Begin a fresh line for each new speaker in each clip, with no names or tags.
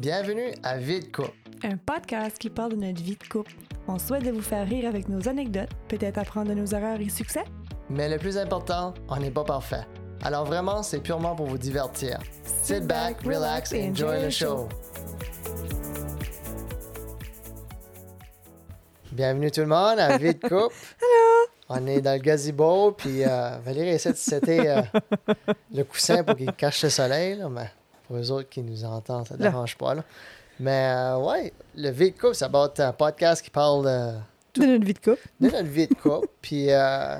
Bienvenue à Vie de couple.
Un podcast qui parle de notre vie de couple. On souhaite de vous faire rire avec nos anecdotes, peut-être apprendre de nos erreurs et succès.
Mais le plus important, on n'est pas parfait. Alors vraiment, c'est purement pour vous divertir. Sit back, relax et enjoy the show. Bienvenue tout le monde à Vie de couple. On est dans le gazebo, puis euh, Valérie essaie de setter euh, le coussin pour qu'il cache le soleil, là, mais pour eux autres qui nous entendent, ça ne
Là.
dérange pas. là. Mais euh, ouais, le Vie de couple, ça va être un podcast qui parle de
De notre vie de couple.
de notre vie de couple. Puis euh,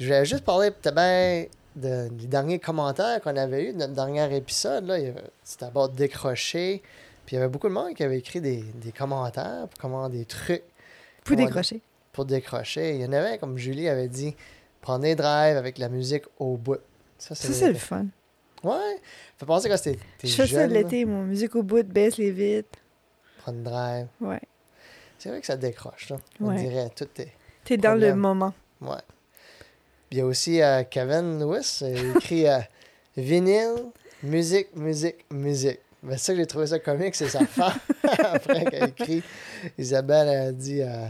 je voulais juste parler peut-être bien de, du dernier commentaire qu'on avait eu de notre dernier épisode. Là. Il y avait- C'était à bord de décrocher. Puis il y avait beaucoup de monde qui avait écrit des, des commentaires, puis comment des trucs
Pour
Ouais.
décrocher.
pour décrocher. Il y en avait, comme Julie avait dit, prendre des drives avec la musique au bout.
Ça, c'est le fun.
Ouais. Fait penser quand c'était t'es
Je fais ça
jeune,
de
là,
l'été, mon musique au bout, baisse les vitres.
prendre une drive.
Ouais.
C'est vrai que ça décroche. Là. On
Ouais.
dirait tout est.
T'es dans le
Problème.
moment.
Ouais. Puis Il y a aussi euh, Kevin Lewis, euh, il écrit euh, vinyle, musique, musique, musique. Ben, c'est ça que j'ai trouvé ça comique, c'est sa femme. Après qu'elle écrit, Isabelle a dit euh,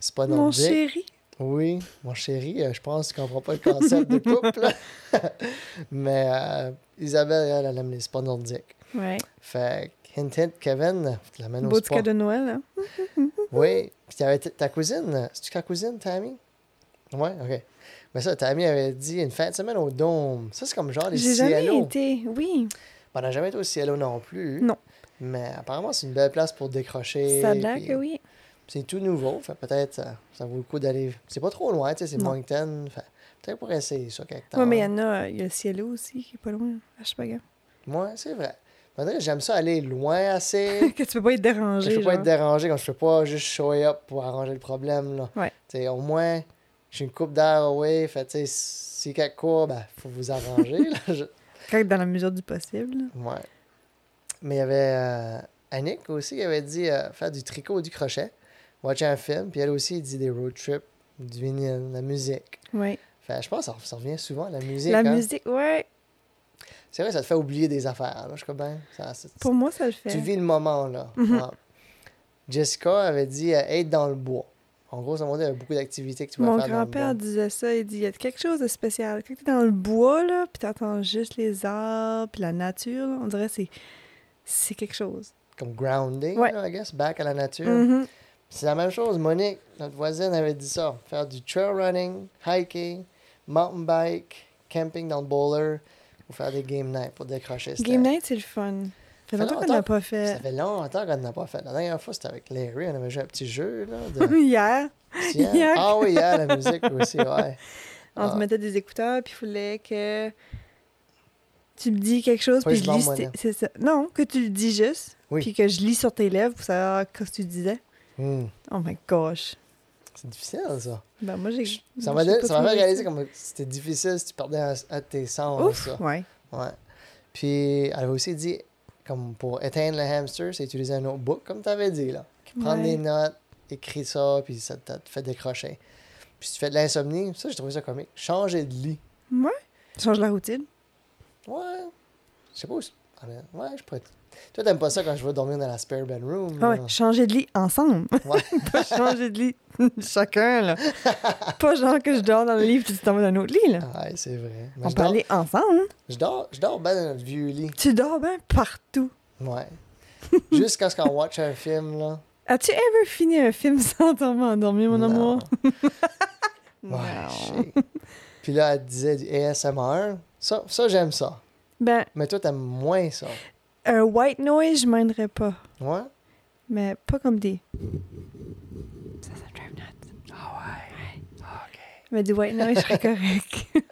C'est pas dans
Mon
le dick.
chéri.
Oui, mon chéri, euh, je pense que tu comprends pas le concept de couple. Mais euh, Isabelle, elle, elle aime les sports nordiques.
Ouais.
Fait que, hint, hint, Kevin, tu l'amènes au
Beau petit
sport.
cadeau de Noël, hein?
Oui. Puis t'avais t- ta cousine, euh, c'est-tu ta cousine, ta amie? Ouais, ok. Mais ça, ta amie avait dit une fin de semaine au Dôme. Ça, c'est comme genre Ah, les
J'ai jamais
Cielo.
été. Oui.
On n'a jamais été au Cielo non plus.
Non.
Mais apparemment, c'est une belle place pour décrocher.
Ça a l'air
puis, euh,
que oui.
C'est tout nouveau. Fait peut-être euh, ça vaut le coup d'aller. C'est pas trop loin, tu sais, c'est
Non.
Moncton. Fait peut-être pour essayer ça quelque temps.
Ouais, mais il y en a. Il y a le cielo aussi qui est pas loin. À Chepaga.
Ouais, c'est vrai. On dirait que J'aime ça aller loin assez.
que tu peux pas être dérangé.
Je peux pas
genre.
être dérangé quand je peux pas juste show up pour arranger le problème. Là.
Ouais.
T'sais, au moins, je suis une coupe d'air away. Fait, t'sais, si quelque court, ben, faut vous arranger. là. Je-
Quand- Dans la mesure du possible. là.
Ouais. Mais il y avait euh, Annick aussi qui avait dit euh, faire du tricot ou du crochet, watcher un film. Puis elle aussi, elle dit des road trips, du vinyle, la musique.
Ouais.
Fait, je pense que ça, ça revient souvent, la musique.
La
hein.
musique, ouais.
C'est vrai, ça te fait oublier des affaires. Là. Je suis comme, ben, ça, c'est-
Pour moi, ça le fait.
Tu vis le moment, là.
Mhm.
Ouais. Jessica avait dit euh, être dans le bois. En gros, ça montre qu'il y a beaucoup d'activités que tu peux
Mon
faire dans le bois.
grand-père disait ça, il dit, il y a quelque chose de spécial. Quand t'es dans le bois, là, puis t'entends juste les arbres, puis la nature, là, on dirait que c'est c'est quelque chose.
Comme grounding,
Ouais.
là, I guess, back à la nature.
Mhm.
C'est la même chose. Monique, notre voisine, avait dit ça. Faire du trail running, hiking, mountain bike, camping dans le bowler ou faire des game nights pour décrocher. c'était-
Game night, euh, c'est le fun. Ça fait longtemps qu'on l'a pas fait.
Ça fait longtemps qu'on n'a pas fait. La dernière fois, c'était avec Larry. On avait joué un petit jeu. Là, de...
Hier,
Tiens.
Hier.
Ah oui, hier, la musique aussi, ouais.
on
Ah.
se mettait des écouteurs, puis il fallait que tu me dis quelque chose,
Faut
puis
que
je
je leur
lis...
monnaie.
c'est ça. Non, que tu le dis juste,
Oui.
puis que je lis sur tes lèvres pour savoir ce que tu disais.
Hmm.
Oh my gosh.
C'est difficile, ça.
Ben, moi, j'ai...
Ça
j'ai
m'a
pas
donné- ça m'a fait
trouvé
réaliser comme c'était difficile si tu perdais un, un de tes sens.
Ouf,
ça.
ouais.
Ouais. Puis, elle a aussi dit, comme pour éteindre le hamster, c'est utiliser un notebook, comme tu avais dit, là. Prendre
Ouais.
des notes, écrire ça, puis ça te te fait décrocher. Puis, si tu fais de l'insomnie, ça, j'ai trouvé ça comique. Changer de lit.
Ouais. Change la routine.
Ouais. Je sais pas où. c'est- Ah, mais- Ouais, je pourrais. Toi, t'aimes pas ça quand je vais dormir dans la spare bedroom.
Ah ouais,
là.
changer de lit ensemble.
Ouais.
pas changer de lit chacun, là. pas genre que je dors dans le lit puis tu t'en vas dans un autre lit, là.
Ah ouais, c'est vrai. Mais
On
je,
peut
dors,
aller ensemble.
je, dors, je dors bien dans notre vieux lit.
Tu dors bien partout.
Ouais. Jusqu'à ce qu'on watch un film, là.
As-tu ever fini un film sans t'en endormir, mon
Non.
amour?
Ouais, je sais. Puis là, elle disait du ASMR. Ça, ça j'aime ça.
Ben,
Mais toi, t'aimes moins ça.
un white noise, je m'aiderais pas.
Ouais?
Mais pas comme des.
Ah
Ça, ça me drive nuts. Ah ouais. OK. Mais du white noise, je serais correct.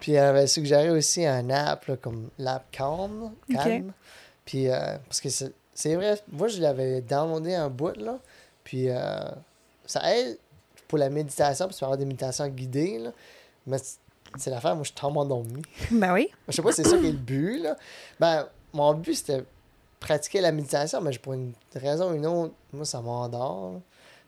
Puis elle avait suggéré aussi un app là, comme l'app Calm. Calm. Puis, euh, parce que c'est c'est vrai, moi, je l'avais downloadé un bout, là. Puis euh, ça aide pour la méditation, puis tu peux avoir des méditations guidées, là. Mais c'est- c'est l'affaire, moi, je tombe endormi.
ben oui.
Je sais pas si c'est ça qui est le but, là. Ben, mon but, c'était pratiquer la méditation, mais pour une raison ou une autre, moi, ça m'endort.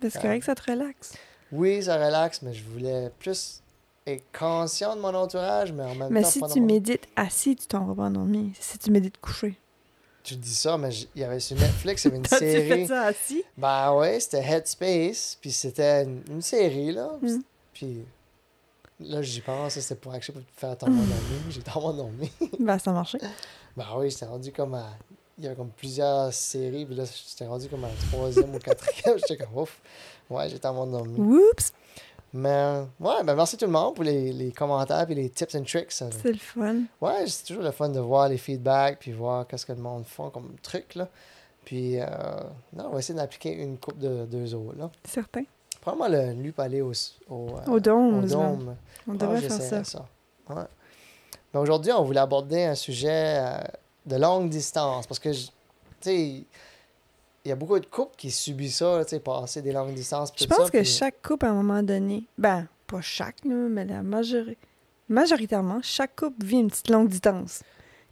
là.
C'est correct, ça te relaxe.
Oui, ça relaxe, mais je voulais plus être conscient de mon entourage, mais en même
Mais
temps...
si
pas
tu
dans mon-
médites assis, tu t'en vas pas endormir. Si tu médites couché.
tu dis ça, mais j- il y avait sur Netflix, il y avait une
T'as-tu fait
série.
ça assis?
Ben ouais, c'était Headspace, puis c'était une, une série, là.
Mm.
Puis là, j'y pense, c'était pour acheter pour faire ton mon ami. J'ai ton mon ami.
Ben, ça marchait.
Ben oui, j'étais rendu comme à. Il y avait comme plusieurs séries, puis là, j'étais rendu comme à la troisième ou quatrième. J'étais comme ouf. Ouais, j'ai ton mon ami.
Oups!
Mais ouais, ben merci tout le monde pour les, les commentaires et les tips and tricks. Ça.
C'est le fun.
Ouais, c'est toujours le fun de voir les feedbacks puis voir qu'est-ce que le monde font comme truc là. Puis euh, non, on va essayer d'appliquer une coupe de deux autres là.
Certain.
Probablement le lui aller au s- au, euh,
Au dôme.
au
Zlan.
dôme.
On
Ah,
devrait faire ça.
j'essaierai Ouais. Mais aujourd'hui, on voulait aborder un sujet euh, de longue distance parce que je- tu sais il y a beaucoup de couples qui subissent ça, là, tu sais, passer des longues distances. puis
Je
tout
pense
ça,
que
puis-
chaque couple, à un moment donné, ben, pas chaque, là, mais la majorité, majoritairement, chaque couple vit une petite longue distance.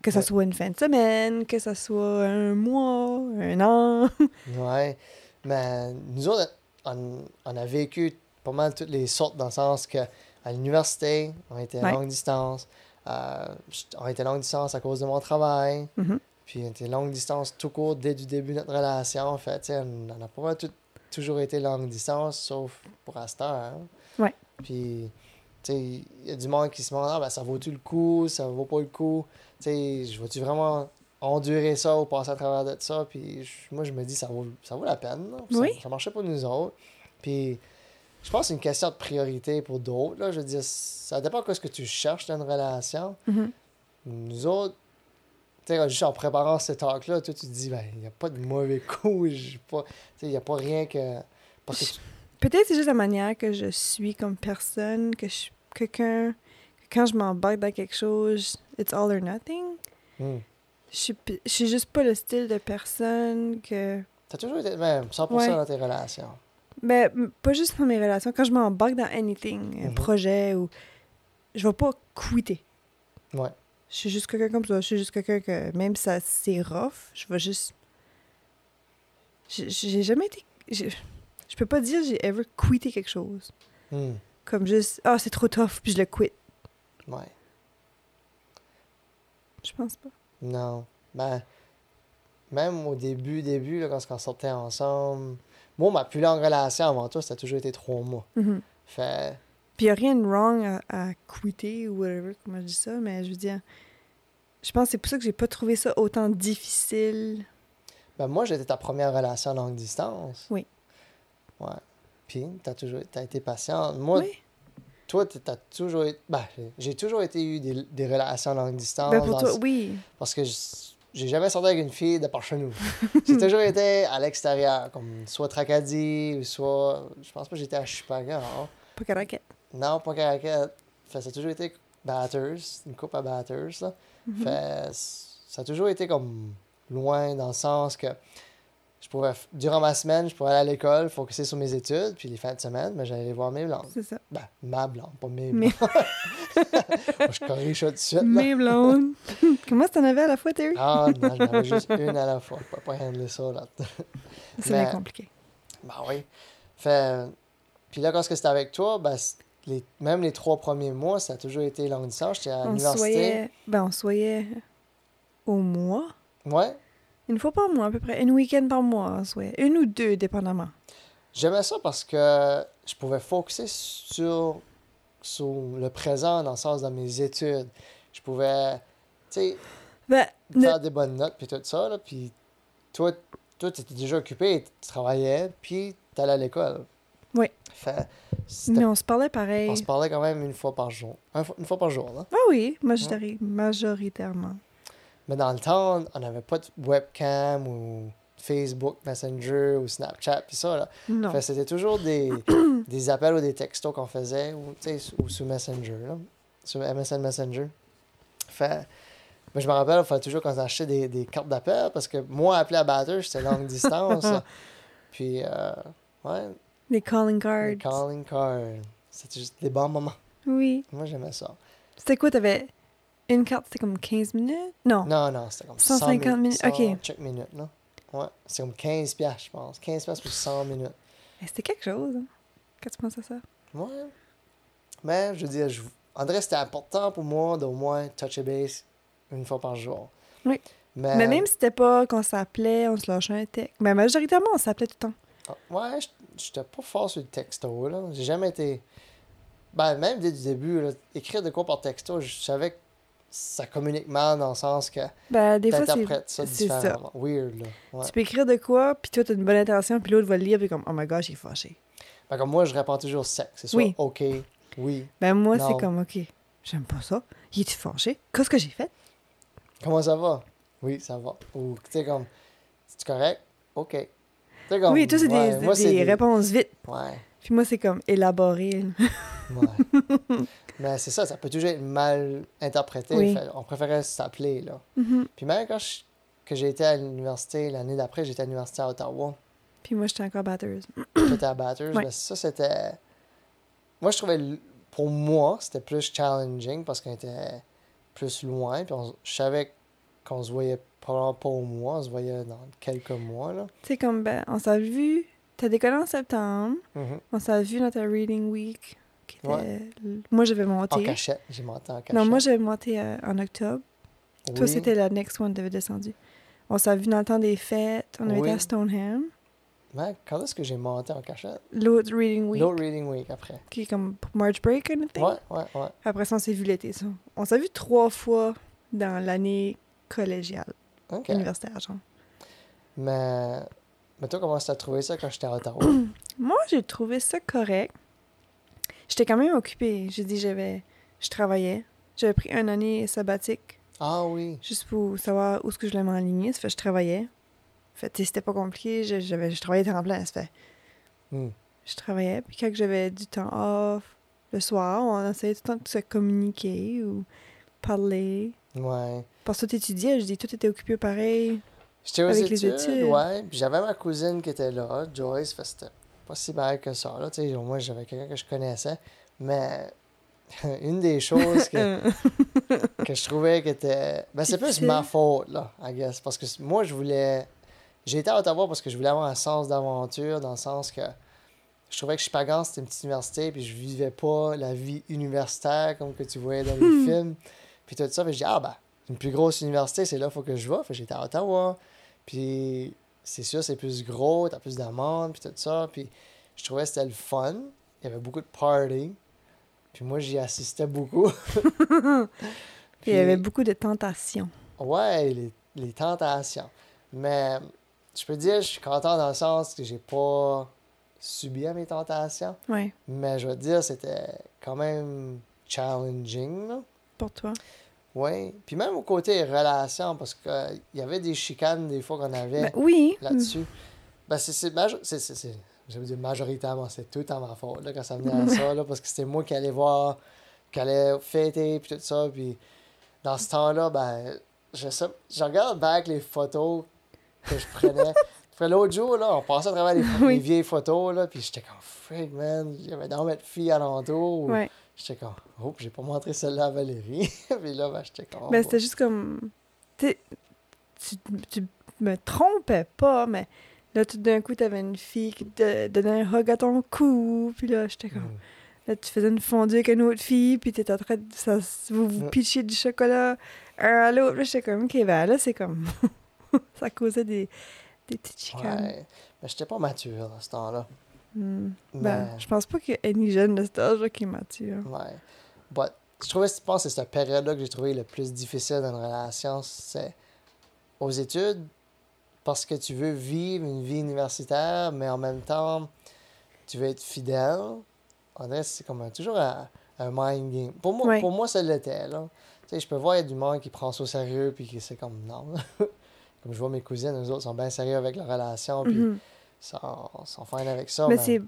Que ça
Ouais.
soit une fin de semaine, que ça soit un mois, un an.
Ouais. Mais nous autres, on, on a vécu pas mal toutes les sortes dans le sens que à l'université, on était à
Ouais.
longue distance. Euh, j't- on était à longue distance à cause de mon travail.
Mhm.
Puis on était à longue distance tout court dès du début de notre relation. En fait, tu sais, on, on a pas mal tout- toujours été longue distance, sauf pour à cette heure. hein.
Ouais.
Puis, tu sais, il y a du monde qui se demande ah, ben, ça vaut-tu le coup Ça vaut pas le coup Tu sais, je vais-tu vraiment endurer ça ou passer à travers de ça. Puis je- moi, je me dis, ça vaut, ça vaut la peine. là. Puis Ça,
Oui.
ça marchait pour nous autres. Puis je pense que c'est une question de priorité pour d'autres. Là. Je veux dire, ça dépend de ce que tu cherches dans une relation.
Mhm.
Nous autres, tu sais, juste en préparant ce talk-là, toi, tu te dis, ben, il n'y a pas de mauvais coup. j'ai pas- tu sais, Il n'y a pas rien que. Parce que tu-
Peut-être c'est juste la manière que je suis comme personne, que je suis quelqu'un, que quand je m'embarque dans quelque chose, it's all or nothing.
Hmm.
Je suis p- je suis juste pas le style de personne que
T'as toujours été ben, de même, 100%
Ouais.
dans tes relations.
Ben, m- pas juste dans mes relations. Quand je m'embarque dans anything, un
Mhm.
projet ou. Je vais pas quitter.
Ouais.
Je suis juste quelqu'un comme ça. Je suis juste quelqu'un que, même si ça- c'est rough, je vais juste. J'ai- J'ai jamais été. j'ai- Je peux pas dire j'ai ever quitté quelque chose.
Hmm.
Comme juste, ah, c'est trop tough, puis je le quitte.
Ouais.
Je pense pas.
Non. Ben, même au début, début, là, quand on sortait ensemble, moi, ma plus longue relation avant toi, ça a toujours été trois mois.
Mhm.
Fait,
Puis y a rien de wrong à, à quitter ou whatever, comment je dis ça, mais je veux dire. Je pense que c'est pour ça que j'ai pas trouvé ça autant difficile.
ben, moi, j'étais ta première relation à longue distance.
Oui.
Ouais. Puis, t'as toujours t'as été patiente. Moi,
Oui.
toi, t'as t'as toujours été. Ben, j'ai- j'ai toujours été eu des, des relations à longue distance.
Ben, pour
dans
toi,
le-
oui.
Parce que j- j'ai jamais sorti avec une fille de par chez nous. j'ai toujours été à l'extérieur, comme soit Tracadie ou soit. Je pense pas que j'étais à Chupaga. hein.
Pas caraquette.
Non, pas Caracat. Fait, ça a toujours été Batters, une coupe à Batters. Là.
Mhm.
Fait, ça a toujours été comme loin dans le sens que je pouvais, f- durant ma semaine, je pouvais aller à l'école, focuser sur mes études, puis les fins de semaine, mais j'allais voir mes blancs.
C'est ça.
Ben, ma blonde, pas mes
Mais-
blancs. je corrige ça tout de suite. Là.
Mes blondes. Comment t'en avais à la fois, Terry?
Ah non, j'en avais juste une à la fois. Je pouvais pas handler ça là.
C'est bien
mais-
compliqué.
Ben oui. Fait, euh, puis là, quand c'était avec toi, ben, c- les, même les trois premiers mois, ça a toujours été longue distance. J'étais à
On se
l'université.
voyait... Ben, on se voyait au mois.
Ouais.
Une fois par mois, à peu près. Une week-end par mois, on se voyait. Une ou deux, dépendamment.
J'aimais ça parce que je pouvais focuser sur, sur le présent dans le sens de mes études. Je pouvais, tu sais,
Ben, ne-
faire des bonnes notes puis tout ça. Là, puis toi, toi, tu étais déjà occupé, tu travaillais, puis tu allais à l'école.
Oui.
Fait, c'était-
mais on se parlait pareil.
on se parlait quand même une fois par jour. Un fois- une fois par jour, là.
Ah oui, majorita- majoritairement.
Mais dans le temps, on n'avait pas de webcam ou Facebook Messenger ou Snapchat, puis ça, là.
Non.
Fait que c'était toujours des, des appels ou des textos qu'on faisait, ou, tu sais, ou sous Messenger, là, sur MSN Messenger. Fait, mais je me rappelle, fallait toujours qu'on achetait des, des cartes d'appel, parce que moi, appeler à batteur, j'étais longue distance. là. Puis, euh, ouais,
Les calling
les
cards.
calling card. C'était juste des bons moments.
Oui.
Moi, j'aimais ça.
C'était quoi, t'avais... Une carte, c'était comme 15 minutes? Non.
Non, non, c'était comme 100
150 minutes, ok.
Check minutes, non? Ouais, c'est comme 15 piastres, je pense. 15 piastres pour 100 minutes.
Mais C'était quelque chose, hein, quand tu penses à
Euh,
ça.
Ouais. Mais je veux dire, je... André, c'était important pour moi d'au moins toucher base une fois par jour.
Oui.
Mais,
Mais même si c'était pas qu'on s'appelait, on se lâchait un texte. Mais majoritairement, on s'appelait tout le temps.
Ah, Ouais, j- j'étais pas fort sur le texto, là. J'ai jamais été. Ben, même dès le début, là, écrire de quoi par texto, je savais que ça communique mal dans le sens que
Ben, des fois, c'est.
t'interprètes ça
c'est ça.
différemment. Weird, là. Ouais.
Tu peux écrire de quoi, puis toi, t'as une bonne intention, puis l'autre va le lire, puis comme, oh my god, j'ai fâché.
Ben, comme moi, je réponds toujours sec. C'est soit
Oui.
OK, oui.
Ben, moi,
Non.
c'est comme, ok, j'aime pas ça. Il est-tu fâché? Qu'est-ce que j'ai fait?
Comment ça va? Oui, ça va. Ou, tu sais, comme, c'est correct? OK. Tu sais, comme,
oui, toi, c'est
ouais,
des,
moi,
des
c'est des-
réponses vite.
Ouais,
Puis moi, c'est comme élaboré.
ouais. Mais c'est ça, ça peut toujours être mal interprété.
Oui.
Fait, on préférait s'appeler, là.
Mhm.
Puis même quand je- que j'ai été à l'université, l'année d'après, j'étais à l'université à Ottawa.
Puis moi, j'étais encore batteuse.
J'étais à Batters.
Mm-hmm. Ouais.
Mais ça, c'était... Moi, je trouvais... l- Pour moi, c'était plus challenging parce qu'on était plus loin. Puis on- je savais qu'on se voyait probablement pas au mois. On se voyait dans quelques mois, là.
Tu sais, comme, ben, on s'est vu. T'as décollé en septembre.
Mhm.
On s'est vu dans ta reading week. Qui était...
Ouais.
Moi, j'avais
En
monté.
cachette. J'ai monté en cachette.
non, moi, j'avais monté euh, en octobre. Toi,
Oui.
c'était la next one, t'avais descendu. On s'est vu dans le temps des fêtes. On avait
Oui.
été à Stoneham.
Man, quand est-ce que j'ai monté en cachette?
L'autre reading week,
L'autre reading week après.
qui est comme pour March break, kind of thing.
Ouais, ouais, ouais.
Après ça, on s'est vu l'été. ça. On s'est vu trois fois dans l'année collégiale,
OK.
universitaire, genre.
Mais... Mais toi, comment t'as trouvé ça quand j'étais à Ottawa?
Moi, j'ai trouvé ça correct. J'étais quand même occupée. J'ai dit, j'avais. Je travaillais. J'avais pris une année sabbatique
ah oui.
juste pour savoir où est-ce que je voulais m'enligner. Ça fait que je travaillais. Fait que c'était pas compliqué. Je, j'avais- je travaillais temps plein. Ça fait.
Hmm.
Je travaillais. Puis quand j'avais du temps off, le soir, on essayait tout le temps de se communiquer ou parler.
Ouais.
Parce que tout étudiais, je dis, tout était occupé pareil.
J'étais aux
Avec
études,
les études.
ouais. Puis j'avais ma cousine qui était là, Joyce, fait que c'était pas si mal que ça, là. Tu sais, au moins, j'avais quelqu'un que je connaissais. Mais une des choses que,
Euh,
que je trouvais que était... Ben, c'est plus
Difficile.
ma faute, là, I guess. Parce que c- moi, je voulais... J'ai été à Ottawa parce que je voulais avoir un sens d'aventure, dans le sens que je trouvais que Chipagan, c'était une petite université, puis je vivais pas la vie universitaire comme que tu voyais dans les films. Puis tout ça, puis je dis, ah ben, une plus grosse université, c'est là qu'il faut que je vais. Fait que j'étais à Ottawa. Puis c'est sûr, c'est plus gros, t'as plus d'amendes, puis tout ça. Puis je trouvais que c'était le fun. Il y avait beaucoup de parties. Puis moi, j'y assistais beaucoup.
puis il y avait beaucoup de tentations.
Ouais, les, les tentations. Mais je peux dire, je suis content dans le sens que j'ai pas subi à mes tentations.
Ouais,
Mais je veux dire, c'était quand même challenging. Là.
pour toi.
Ouais. Puis même au côté relations, parce qu'il y avait des chicanes des fois qu'on avait
Ben oui.
là-dessus. Ben, c'est- c'est majo- c'est- c'est- c'est- je veux dire, majoritairement, c'est tout en ma faute là, quand ça venait à ça, là, parce que c'était moi qui allais voir, qui allais fêter, puis tout ça. Puis dans ce temps-là, ben, je, sais- je regarde back les photos que je prenais. Après l'autre jour, là, on passait à travers les, les
Oui.
vieilles photos, là, puis j'étais comme, freak, man, j'avais dans de filles alentour. ou
Ouais.
J'étais comme, oh, j'ai pas montré celle-là à Valérie. puis là, ben, j'étais comme,
Ben, c'était juste comme. Tu sais, tu- tu me trompais pas, mais là, tout d'un coup, t'avais une fille qui te donnait un hug à ton cou. Puis là, j'étais comme.
Mm.
Là, tu faisais une fondue avec une autre fille, puis t'étais en train de. Ça, vous vous
Ouais.
pitchiez du chocolat un à l'autre. Là, j'étais comme, ok, ben là, c'est comme. ça causait des, des petites chicanes.
ouais. Mais j'étais pas mature à ce temps-là.
Hmm.
Mais-
Ben, je pense pas qu'il y ait any jeune de cet âge-là qui est mature.
Ouais. But, je trouvais, je pense que c'est cette période-là que j'ai trouvé le plus difficile dans une relation, c'est aux études, parce que tu veux vivre une vie universitaire, mais en même temps, tu veux être fidèle. On dirait que c'est comme un- toujours un, un mind game. Pour moi,
Ouais.
pour moi ça l'était, là. Tu sais, je peux voir, il y a du monde qui prend ça au sérieux, puis qui c'est comme non. comme je vois mes cousines, eux autres sont bien sérieux avec leur relation, Ah, puis
Mhm.
sont, sont fine avec ça.
Mais
mais-
c'est.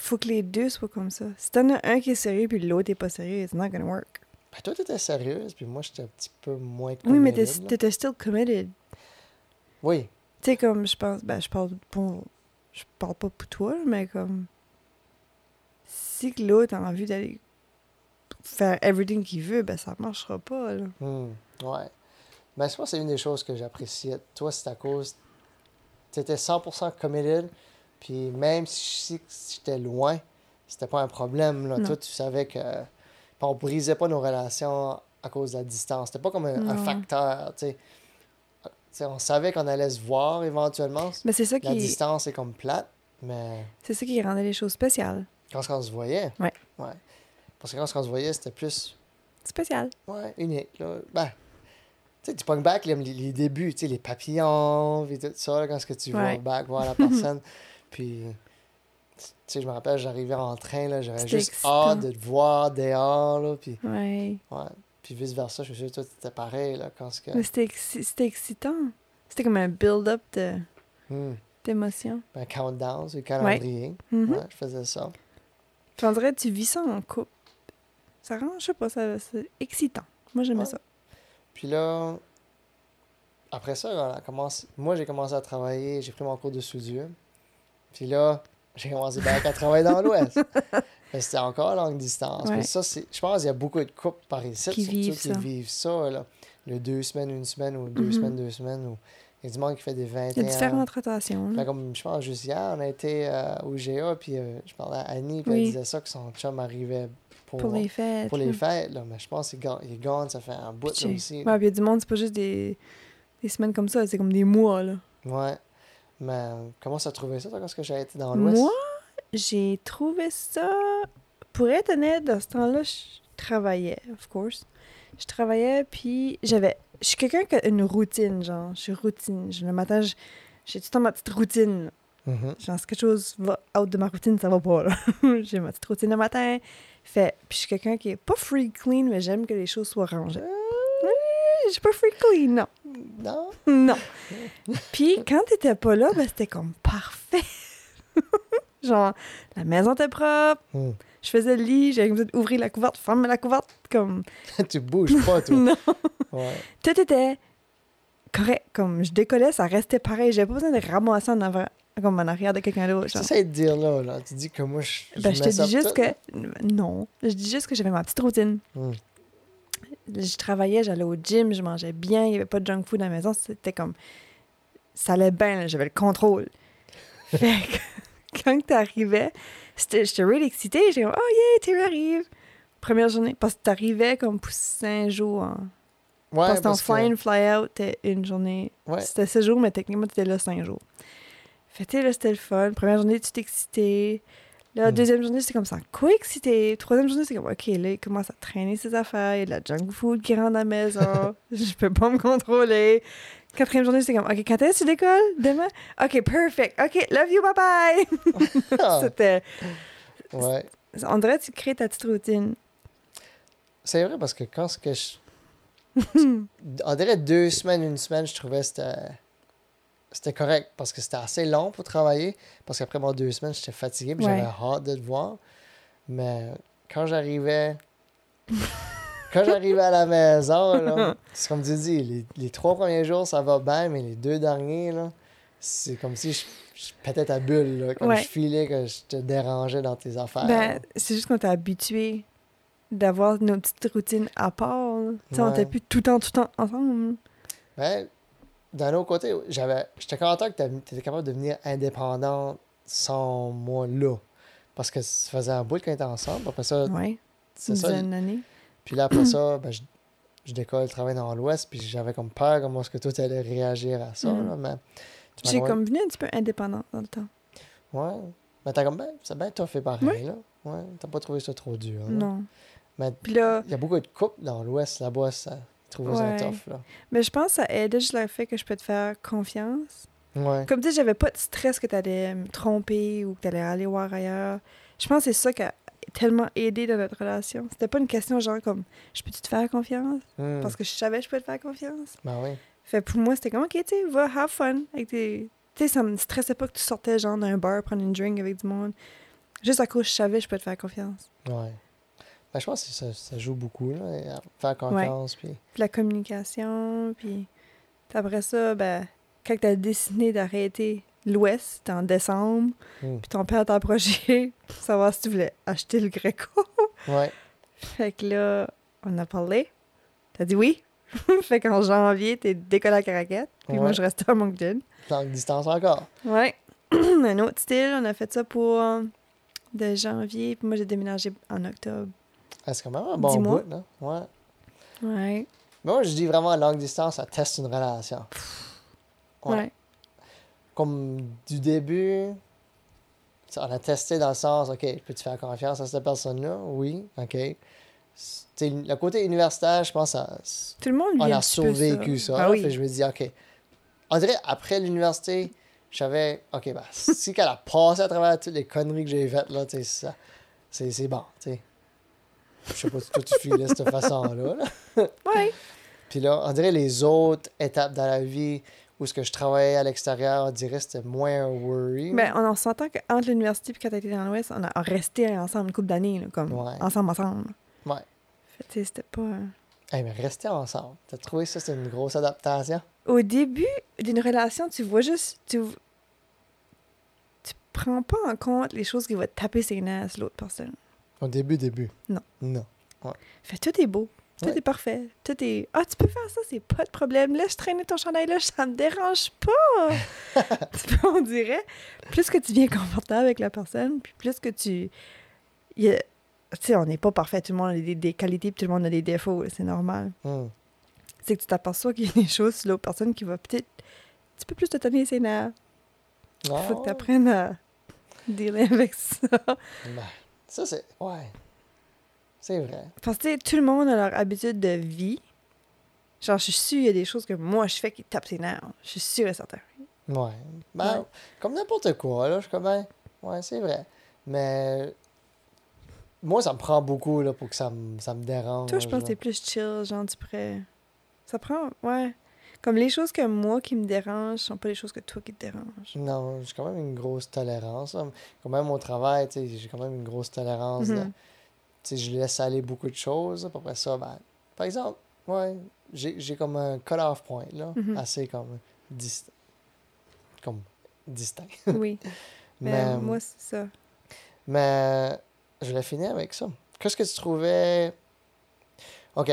Faut que les deux soient comme ça. Si t'en as un qui est sérieux puis l'autre est pas sérieux, it's not gonna work.
Ben, toi, t'étais sérieuse, puis moi, j'étais un petit peu moins
Oui, mais t'es-
committed, là.
t'étais still committed.
Oui,
Tu sais, comme je pense. Ben, je parle. Bon, je parle pas pour toi, là, mais comme. Si que l'autre a envie d'aller faire everything qu'il veut, ben ça marchera pas, là.
Hmm, ouais. Mais je pense que c'est une des choses que j'appréciais. Toi, c'est à cause. Tu étais 100% committed, puis même si si j'étais loin, c'était pas un problème. Là.
Non.
Toi, tu savais que. puis on brisait pas nos relations à cause de la distance. C'était pas comme un, un
Non.
facteur, tu sais. t'sais, on savait qu'on allait se voir éventuellement.
Mais c'est ça
La
qui,
distance est comme plate, mais
c'est ça qui rendait les choses spéciales.
quand on se voyait.
Ouais.
Ouais. Parce que quand on se voyait, c'était plus
Spécial.
ouais, unique. Là. Ben, tu sais, du punk back, les, les débuts, tu sais, les papillons, et tout ça, là, quand ce que tu vas
Ouais.
au back voir la personne. Puis, tu sais, je me rappelle, j'arrivais en train, là, j'avais
C'était
juste
excitant.
hâte de te voir dehors, là, puis,
Ouais.
ouais. Puis vice-versa, je suis sûr que toi, t'étais pareil, là, quand ce que...
Mais c'était exci- c'était excitant. C'était comme un build-up de-
Hmm.
d'émotions.
Un countdown, c'est le calendrier.
Mhm.
Ouais, je faisais ça.
Puis on dirait que tu vis ça en couple. Ça rend, je sais pas, ça- c'est excitant. Moi, j'aimais
Ouais.
ça.
Puis là, après ça, on a commencé- moi, j'ai commencé à travailler, j'ai pris mon cours de soudure. Puis là, j'ai commencé back à travailler dans l'Ouest. Mais c'était encore longue distance.
Ouais.
Mais ça, c'est, je pense qu'il y a beaucoup de couples par ici,
Qui
surtout,
vivent
qui
ça.
vivent ça. Là. Le deux semaines, une semaine, ou deux
Mhm.
semaines, deux semaines. Ou... Il y a du monde qui fait des 21
Il y a différentes rotations.
euh, Fait
là.
comme, je pense, juste hier, on a été euh, au GA, puis euh, je parlais à Annie, puis
Oui.
elle disait ça, que son chum arrivait pour,
Pour les fêtes.
pour
là.
les fêtes. Là. Mais je pense qu'il gagne- il gagne, ça fait un bout là,
Pitché.
aussi.
Ouais, puis il y a du monde, c'est pas juste des, des semaines comme ça, c'est comme des mois, là.
Ouais. Mais comment ça trouvé ça, toi, quand est-ce que j'ai été dans l'Ouest?
Moi, j'ai trouvé ça. Pour être honnête, dans ce temps-là, je travaillais, of course. Je travaillais, puis j'avais. Je suis quelqu'un qui a une routine, genre. Je suis routine. Je- le matin, je- j'ai tout le temps ma petite routine. là.
Mhm.
Genre, si quelque chose va out de ma routine, ça va pas, là. j'ai ma petite routine le matin. Fait. Puis je suis quelqu'un qui est pas free clean, mais j'aime que les choses soient rangées. Oui, Je suis pas free clean, non.
Non?
Non. Puis quand t'étais pas là, ben, c'était comme parfait. Genre, la maison était propre,
Hmm.
je faisais le lit, j'avais besoin d'ouvrir la couverte, fermer la couverte, comme
tu bouges pas, toi.
Non.
Ouais.
tout était correct. Comme je décollais, ça restait pareil. J'avais pas besoin de ramasser en avant, comme en arrière de quelqu'un d'autre. genre.
J'essaie de dire là, là. Tu dis que moi, je.
Ben, je te
mets ça
dis juste
tout.
que. Non. Je dis juste que j'avais ma petite routine.
Hmm.
Je travaillais, j'allais au gym, je mangeais bien, il n'y avait pas de junk food à la maison. C'était comme. Ça allait bien, là, j'avais le contrôle. Fait que quand t'arrivais, c'était- j'étais really excitée. J'étais comme, oh yeah, Terry arrive. Première journée. Parce que t'arrivais comme pour cinq jours. hein.
Ouais,
parce que ton
parce que-
fly in, fly out, t'es une journée.
Ouais.
C'était 6 jours, mais techniquement, t'étais là 5 jours. Fait que, tu sais, là, c'était le fun. Première journée, tu t'excitais. La
Mm.
deuxième journée, c'était comme ça, co-excité. Troisième journée, c'est comme, OK, là, il commence à traîner ses affaires. Il y a de la junk food qui rentre à la maison. Je peux pas me contrôler. Quatrième journée, c'est comme, OK, quand est-ce que tu décolles? Demain? OK, perfect. OK, love you, bye-bye.
Ah,
C'était...
ouais.
On dirait que tu crées ta petite routine.
C'est vrai, parce que quand ce que je. On dirait deux semaines, une semaine, je trouvais que c'était. C'était correct parce que c'était assez long pour travailler. Parce qu'après mon deux semaines, j'étais fatigué puis
Ouais.
j'avais hâte de te voir. Mais quand j'arrivais. quand j'arrivais à la maison, là, c'est comme tu dis, les, les trois premiers jours, ça va bien, mais les deux derniers, là, c'est comme si je, je pétais ta bulle, là, comme
Ouais.
je filais, que je te dérangeais dans tes affaires.
Ben, c'est juste qu'on t'a habitué d'avoir nos petites routines à part. là. Tu sais, on
Ouais.
t'a plus tout le temps, tout le temps ensemble.
Ben, d'un autre côté, j'avais, j'étais content que tu étais capable de devenir indépendant sans moi là. Parce que ça faisait un bout qu'on était ensemble. Après ça,
Ouais,
c'est
une
ça.
dizaine d'années.
Puis là, après ça, ben, je, je décolle, je travaille dans l'Ouest. Puis j'avais comme peur comment est-ce que toi, tu allais réagir à ça.
Mhm.
là, mais tu m'as
J'ai
quand
comme venu un petit peu indépendante dans le temps.
Ouais. Mais t'as comme, ben, c'est bien tough et pareil.
Ouais.
Là. Ouais. T'as pas trouvé ça trop dur. là.
Non.
Mais-
Puis là,
Il y a beaucoup de couples dans l'Ouest, là-bas, ça. ils trouvent
Ouais.
ça tough, là.
mais je pense que ça aidait juste le fait que je peux te faire confiance.
Ouais.
Comme tu dis, j'avais pas de stress que t'allais me tromper ou que t'allais aller voir ailleurs. Je pense que c'est ça qui a tellement aidé dans notre relation. C'était pas une question genre comme je peux-tu te faire confiance?
Hmm.
Parce que je savais que je pouvais te faire confiance.
Ben oui.
Fait pour moi, c'était comme, OK, tu sais, va, have fun. Avec tes... Tu sais, ça me stressait pas que tu sortais, genre, d'un bar, prendre une drink avec du monde. Juste à cause, je savais, je peux te faire confiance.
Ouais. Ben, je pense que ça, ça joue beaucoup, là, et à faire confiance. Puis...
Puis la communication, puis... puis après ça, ben, quand t'as décidé d'arrêter l'Ouest, c'était en décembre,
Hmm.
puis ton père t'a approché pour savoir si tu voulais acheter le Greco.
Ouais.
Fait que là, on a parlé. T'as dit oui. fait qu'en janvier, t'es décollé à Caraquette, puis moi,
Ouais.
je restais à Moncton.
Longue distance encore.
Ouais. un autre style. On a fait ça pour euh, de janvier. Puis moi, j'ai déménagé en octobre.
Ah, C'est quand même un bon
Dis-moi.
bout, là. Ouais.
Ouais.
Mais moi, je dis vraiment longue distance, ça teste une relation.
Ouais.
Comme du début, tu sais, on a testé dans le sens, OK, peux-tu faire confiance à cette personne-là? Oui, OK. C'est- tu sais, le côté universitaire, je pense, ça-
Tout le monde vit
on
un
a
petit peu
survécu ça.
Ah oui.
Fait que je me dis, OK. On dirait, après l'université, je savais, OK, ben, si qu'elle a passé à travers toutes les conneries que j'ai faites, là, tu sais, ça- c'est c'est bon, tu sais. Je sais pas si toi, tu files de cette façon-là. là.
Ouais.
Puis là, on dirait les autres étapes dans la vie où ce que je travaillais à l'extérieur, on dirait que c'était moins un worry.
Ben, on, on s'entend qu'entre l'université et quand t'as été dans l'Ouest, on a resté ensemble une couple d'années, là, comme
Ouais.
ensemble, ensemble.
Ouais.
Fait, tu sais, c'était pas. euh,
Hey, mais rester ensemble. T'as trouvé ça, c'est une grosse adaptation?
Au début d'une relation, tu vois juste. Tu, tu prends pas en compte les choses qui vont te taper ses nerfs sur l'autre personne.
Au début, début.
Non.
Non.
Fait tout est beau. Tout
Ouais.
est parfait. Tout est. Ah, tu peux faire ça, c'est pas de problème. Laisse traîner ton chandail là, ça me dérange pas. Tu peux, on dirait. Plus que tu viens confortable avec la personne, puis plus que tu. il y a- Tu sais, on n'est pas parfait. Tout le monde a des, des qualités, puis tout le monde a des défauts. C'est normal.
Hmm.
C'est que tu t'aperçois qu'il y a des choses sur l'autre personne qui va peut-être. Tu peux plus te tenir ses nerfs. Il faut que tu
Ah.
apprennes à dealer avec ça.
Ben, ça, c'est. Ouais. C'est vrai.
Parce que tu sais, tout le monde a leur habitude de vie. Genre, je suis sûre, il y a des choses que moi, je fais qui tapent ses nerfs. Je suis sûre et certain.
Ouais. Ben,
Ouais.
comme n'importe quoi, là, je suis comme, ben, ouais, c'est vrai. Mais. Moi, ça me prend beaucoup, là, pour que ça me, ça me dérange.
Toi, je pense que
là.
t'es plus chill, genre, tu pourrais... Ça prend... Ouais. Comme les choses que moi qui me dérangent sont pas les choses que toi qui te dérangent.
Non, j'ai quand même une grosse tolérance. là. Quand même au travail, tu sais, j'ai quand même une grosse tolérance. de-
Mhm.
tu sais, je laisse aller beaucoup de choses. là. Puis Après ça, ben, par exemple, ouais, j'ai j'ai comme un cut-off point, là,
Mhm.
assez comme, dis- comme distinct.
Oui. Mais euh,
Mais,
Ben, moi, c'est ça.
mais je l'ai fini avec ça. Qu'est-ce que tu trouvais... OK.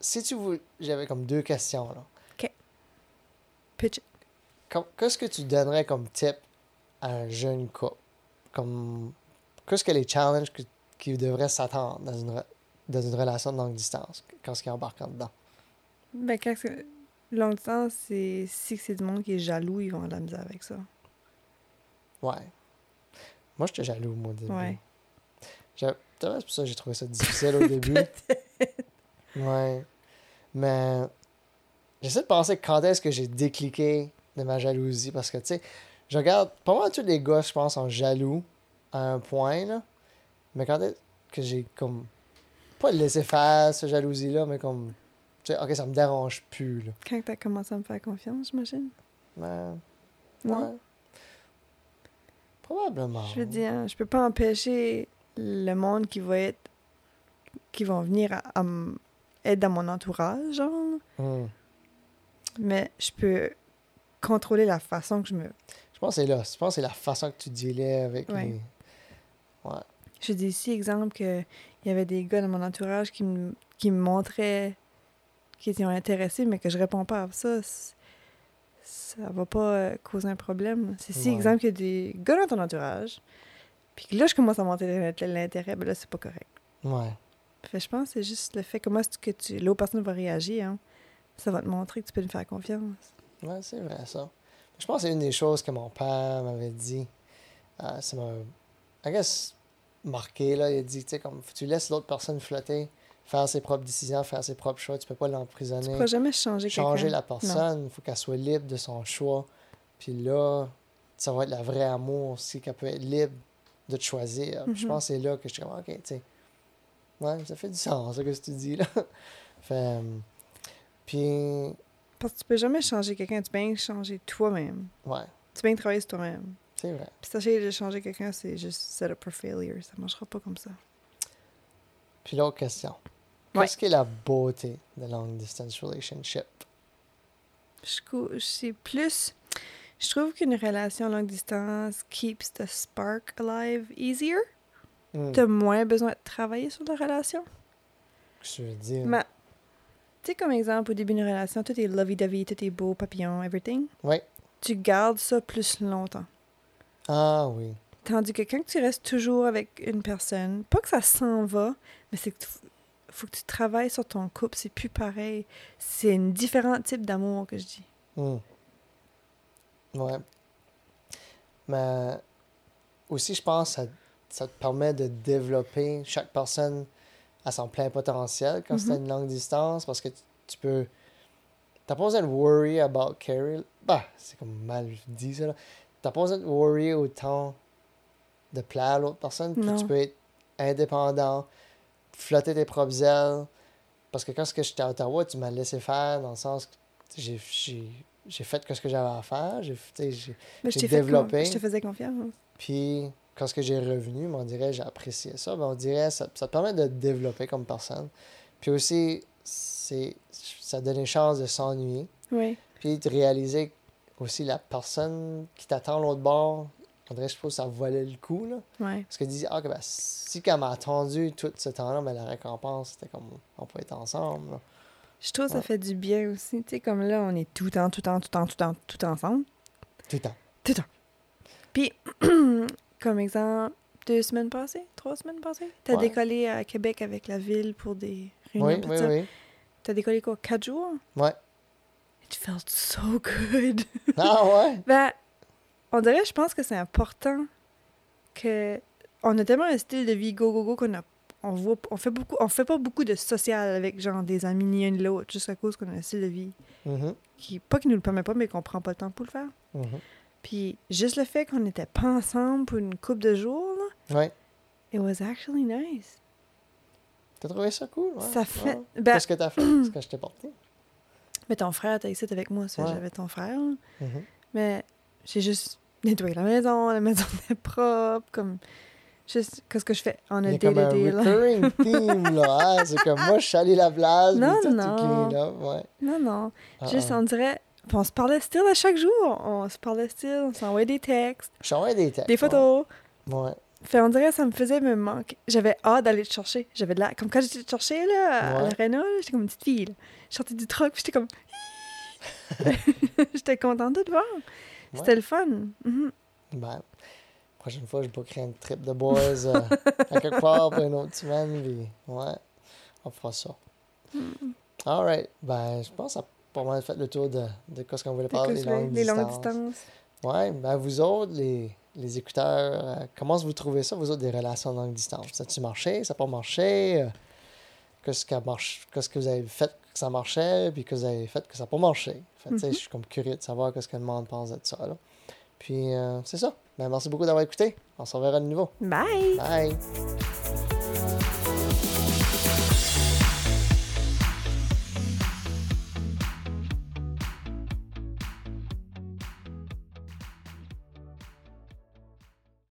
Si tu voulais... J'avais comme deux questions, là.
Pitch.
Com- Qu'est-ce que tu donnerais comme tip à un jeune couple? Comme, qu'est-ce que les challenges que- qu'ils devraient s'attendre dans une, re- dans une relation de longue distance quand ils embarquent en dedans?
Ben, quand c'est... Longtemps, c'est... Si c'est du monde qui est jaloux, ils vont avoir de la misère avec ça.
Ouais. Moi, j'étais jaloux, moi, au début.
Ouais.
J'a- peut-être C'est pour ça que j'ai trouvé ça difficile au début. ouais. Mais j'essaie de penser quand est-ce que j'ai décliqué de ma jalousie parce que, tu sais, je regarde, pas mal tous les gars, je pense, sont jaloux à un point, là. Mais quand est-ce que j'ai comme. Pas laissé faire cette jalousie-là, mais comme. Tu sais, ok, ça me dérange plus, là.
Quand t'as commencé à me faire confiance, j'imagine?
Mais.
Non?
ouais. Probablement.
Je veux dire, je peux pas empêcher le monde qui va être. qui vont venir à, à m- être dans mon entourage, genre.
Hmm.
Mais je peux contrôler la façon que je me.
Je pense que c'est là. Je pense que c'est la façon que tu dealais avec
Ouais.
les-
Je dis ici, exemple, qu'il y avait des gars dans mon entourage qui me, qui me montraient qu'ils étaient intéressés, mais que je réponds pas à ça. c- Ça va pas euh, causer un problème. C'est si,
Ouais.
exemple, qu'il y a des gars dans ton entourage, puis que là, je commence à monter l'intérêt, ben là, c'est pas correct.
Ouais.
Fait, que je pense que c'est juste le fait comment est-ce que tu l'autre personne va réagir. hein. Ça va te montrer que tu peux lui faire confiance.
Ouais, c'est vrai, ça. Je pense que c'est une des choses que mon père m'avait dit. Euh, ça m'a, I guess, marqué, là. Il a dit, tu sais, comme, faut que tu laisses l'autre personne flotter, faire ses propres décisions, faire ses propres choix. Tu peux pas
Tu
l'emprisonner.
pourras jamais changer quelqu'un.
Changer la personne. Il faut qu'elle soit libre de son choix. Puis là, ça va être la vraie amour aussi, qu'elle peut être libre de te choisir. Puis Je
Mhm.
pense que c'est là que je suis comme, OK, tu sais. Ouais, ça fait du sens, ce que tu dis, là. fait, euh, puis,
Parce que tu peux jamais changer quelqu'un. Tu peux bien changer toi-même.
ouais,
Tu peux bien travailler sur toi-même.
c'est vrai.
Puis s'essayer de changer quelqu'un, c'est juste set up for failure. Ça marchera pas comme ça.
Puis l'autre question.
Ouais.
Qu'est-ce qui est la beauté de long distance relationship?
Je cou- C'est plus... Je trouve qu'une relation longue distance keeps the spark alive easier.
Hmm,
T'as moins besoin de travailler sur la relation.
Qu'est-ce que je veux dire?
Mais, tu sais, comme exemple, au début d'une relation, tout est lovey-dovey, tout est beau, papillon, everything.
Ouais.
Tu gardes ça plus longtemps.
Ah oui.
Tandis que quand tu restes toujours avec une personne, pas que ça s'en va, mais c'est que tu- faut que tu travailles sur ton couple, c'est plus pareil. C'est un différent type d'amour que je dis.
Hmm, Ouais. Mais aussi, je pense que ça, ça te permet de développer chaque personne à son plein potentiel quand
Mhm.
c'est une longue distance parce que tu, tu peux. T'as pas besoin de worry about Carrie. Bah, c'est comme mal dit ça. là. T'as pas besoin de worry autant de plaire à l'autre personne. Puis
Non.
tu peux être indépendant, flotter tes propres ailes. Parce que quand ce que j'étais à Ottawa, tu m'as laissé faire dans le sens que j'ai- j'ai j'ai fait que ce que j'avais à faire. J'ai tu sais, j'ai-
Mais je
J'ai
t'ai fait
développé.
con- Je te faisais confiance.
puis, quand ce que j'ai revenu, mais on dirait j'ai apprécié ça. Mais on dirait ça, ça te permet de te développer comme personne. Puis aussi, c'est ça donne une chance de s'ennuyer.
Oui.
Puis de réaliser aussi la personne qui t'attend l'autre bord. On dirait, je suppose, ça valait le coup. Là.
Ouais.
Parce que dit, ah, que ben, si qu'elle m'a attendu tout ce temps-là, ben, la récompense, c'était comme on peut être ensemble. là.
Je trouve que ça
Ouais.
fait du bien aussi. Tu sais, comme là, on est tout le temps, tout le temps, tout le temps, tout le temps, tout ensemble.
Tout le temps.
Puis, comme exemple, deux semaines passées, trois semaines passées, t'as
Ouais.
décollé à Québec avec la ville pour des réunions.
Oui,
pis
oui,
ça.
oui.
T'as décollé quoi, quatre jours?
Ouais.
It felt so good.
Ah ouais?
ben, on dirait, je pense que c'est important que... On a tellement un style de vie go-go-go qu'on a... On, voit, on, fait beaucoup, on fait pas beaucoup de social avec genre des amis ni un de l'autre, juste à cause qu'on a un style de vie
Mhm,
qui, pas qui nous le permet pas, mais qu'on prend pas le temps pour le faire.
mhm.
Puis juste le fait qu'on n'était pas ensemble pour une couple de jours, là,
Ouais.
it was actually nice.
T'as trouvé ça cool? Ouais.
ça fait.
Ouais.
Ben,
Qu'est-ce que t'as fait? Qu'est-ce que je t'ai porté?
mais ton frère était ici avec moi, ça,
Ouais.
j'avais ton frère. là.
Mhm.
Mais j'ai juste nettoyé la maison, la maison était propre, comme. Juste, qu'est-ce que je fais? On
Il y
a
a comme un
délégué, là.
recurring theme, là. hein. C'est comme moi, je suis allé la blase, mais
Non,
tout est
non.
clean up. Ouais.
Non, non.
Ah,
juste,
ah.
on dirait. puis on se parlait still à chaque jour. On se parlait still, on s'envoyait des textes,
Je t'envoie des textes.
des photos.
Ouais. Ouais.
Fait, on dirait, ça me faisait me manquer. J'avais hâte d'aller te chercher. J'avais de la... Comme quand j'étais te chercher, là, à
Ouais.
l'aréna, là, j'étais comme une petite fille. là. Je sortais du truck, puis j'étais comme... j'étais contente de te voir. C'était le fun. Mhm.
Ben, prochaine fois, je bookerai une trip de boys euh, à quelque part pour une autre semaine. Puis, ouais, on fera ça.
Mm-hmm.
All right. Ben, je pense qu'on a pas mal fait le tour de, de quoi ce qu'on voulait parler.
Fait que je voulais- Ah, les longues distances.
Ouais, ben vous autres, les, les écouteurs, euh, comment vous trouvez ça, vous autres, des relations longue distance? Ça a-tu marché? Ça n'a pas marché? Euh, Qu'est-ce qui a marché- qu'est-ce que vous avez fait que ça marchait, puis que vous avez fait que ça n'a pas marché? Fait, que, tu sais, Je suis comme curieux de savoir qu'est-ce que le monde pense de ça. Là. Puis, euh, c'est ça. Ben, merci beaucoup d'avoir écouté. On se reverra de nouveau.
Bye!
Bye!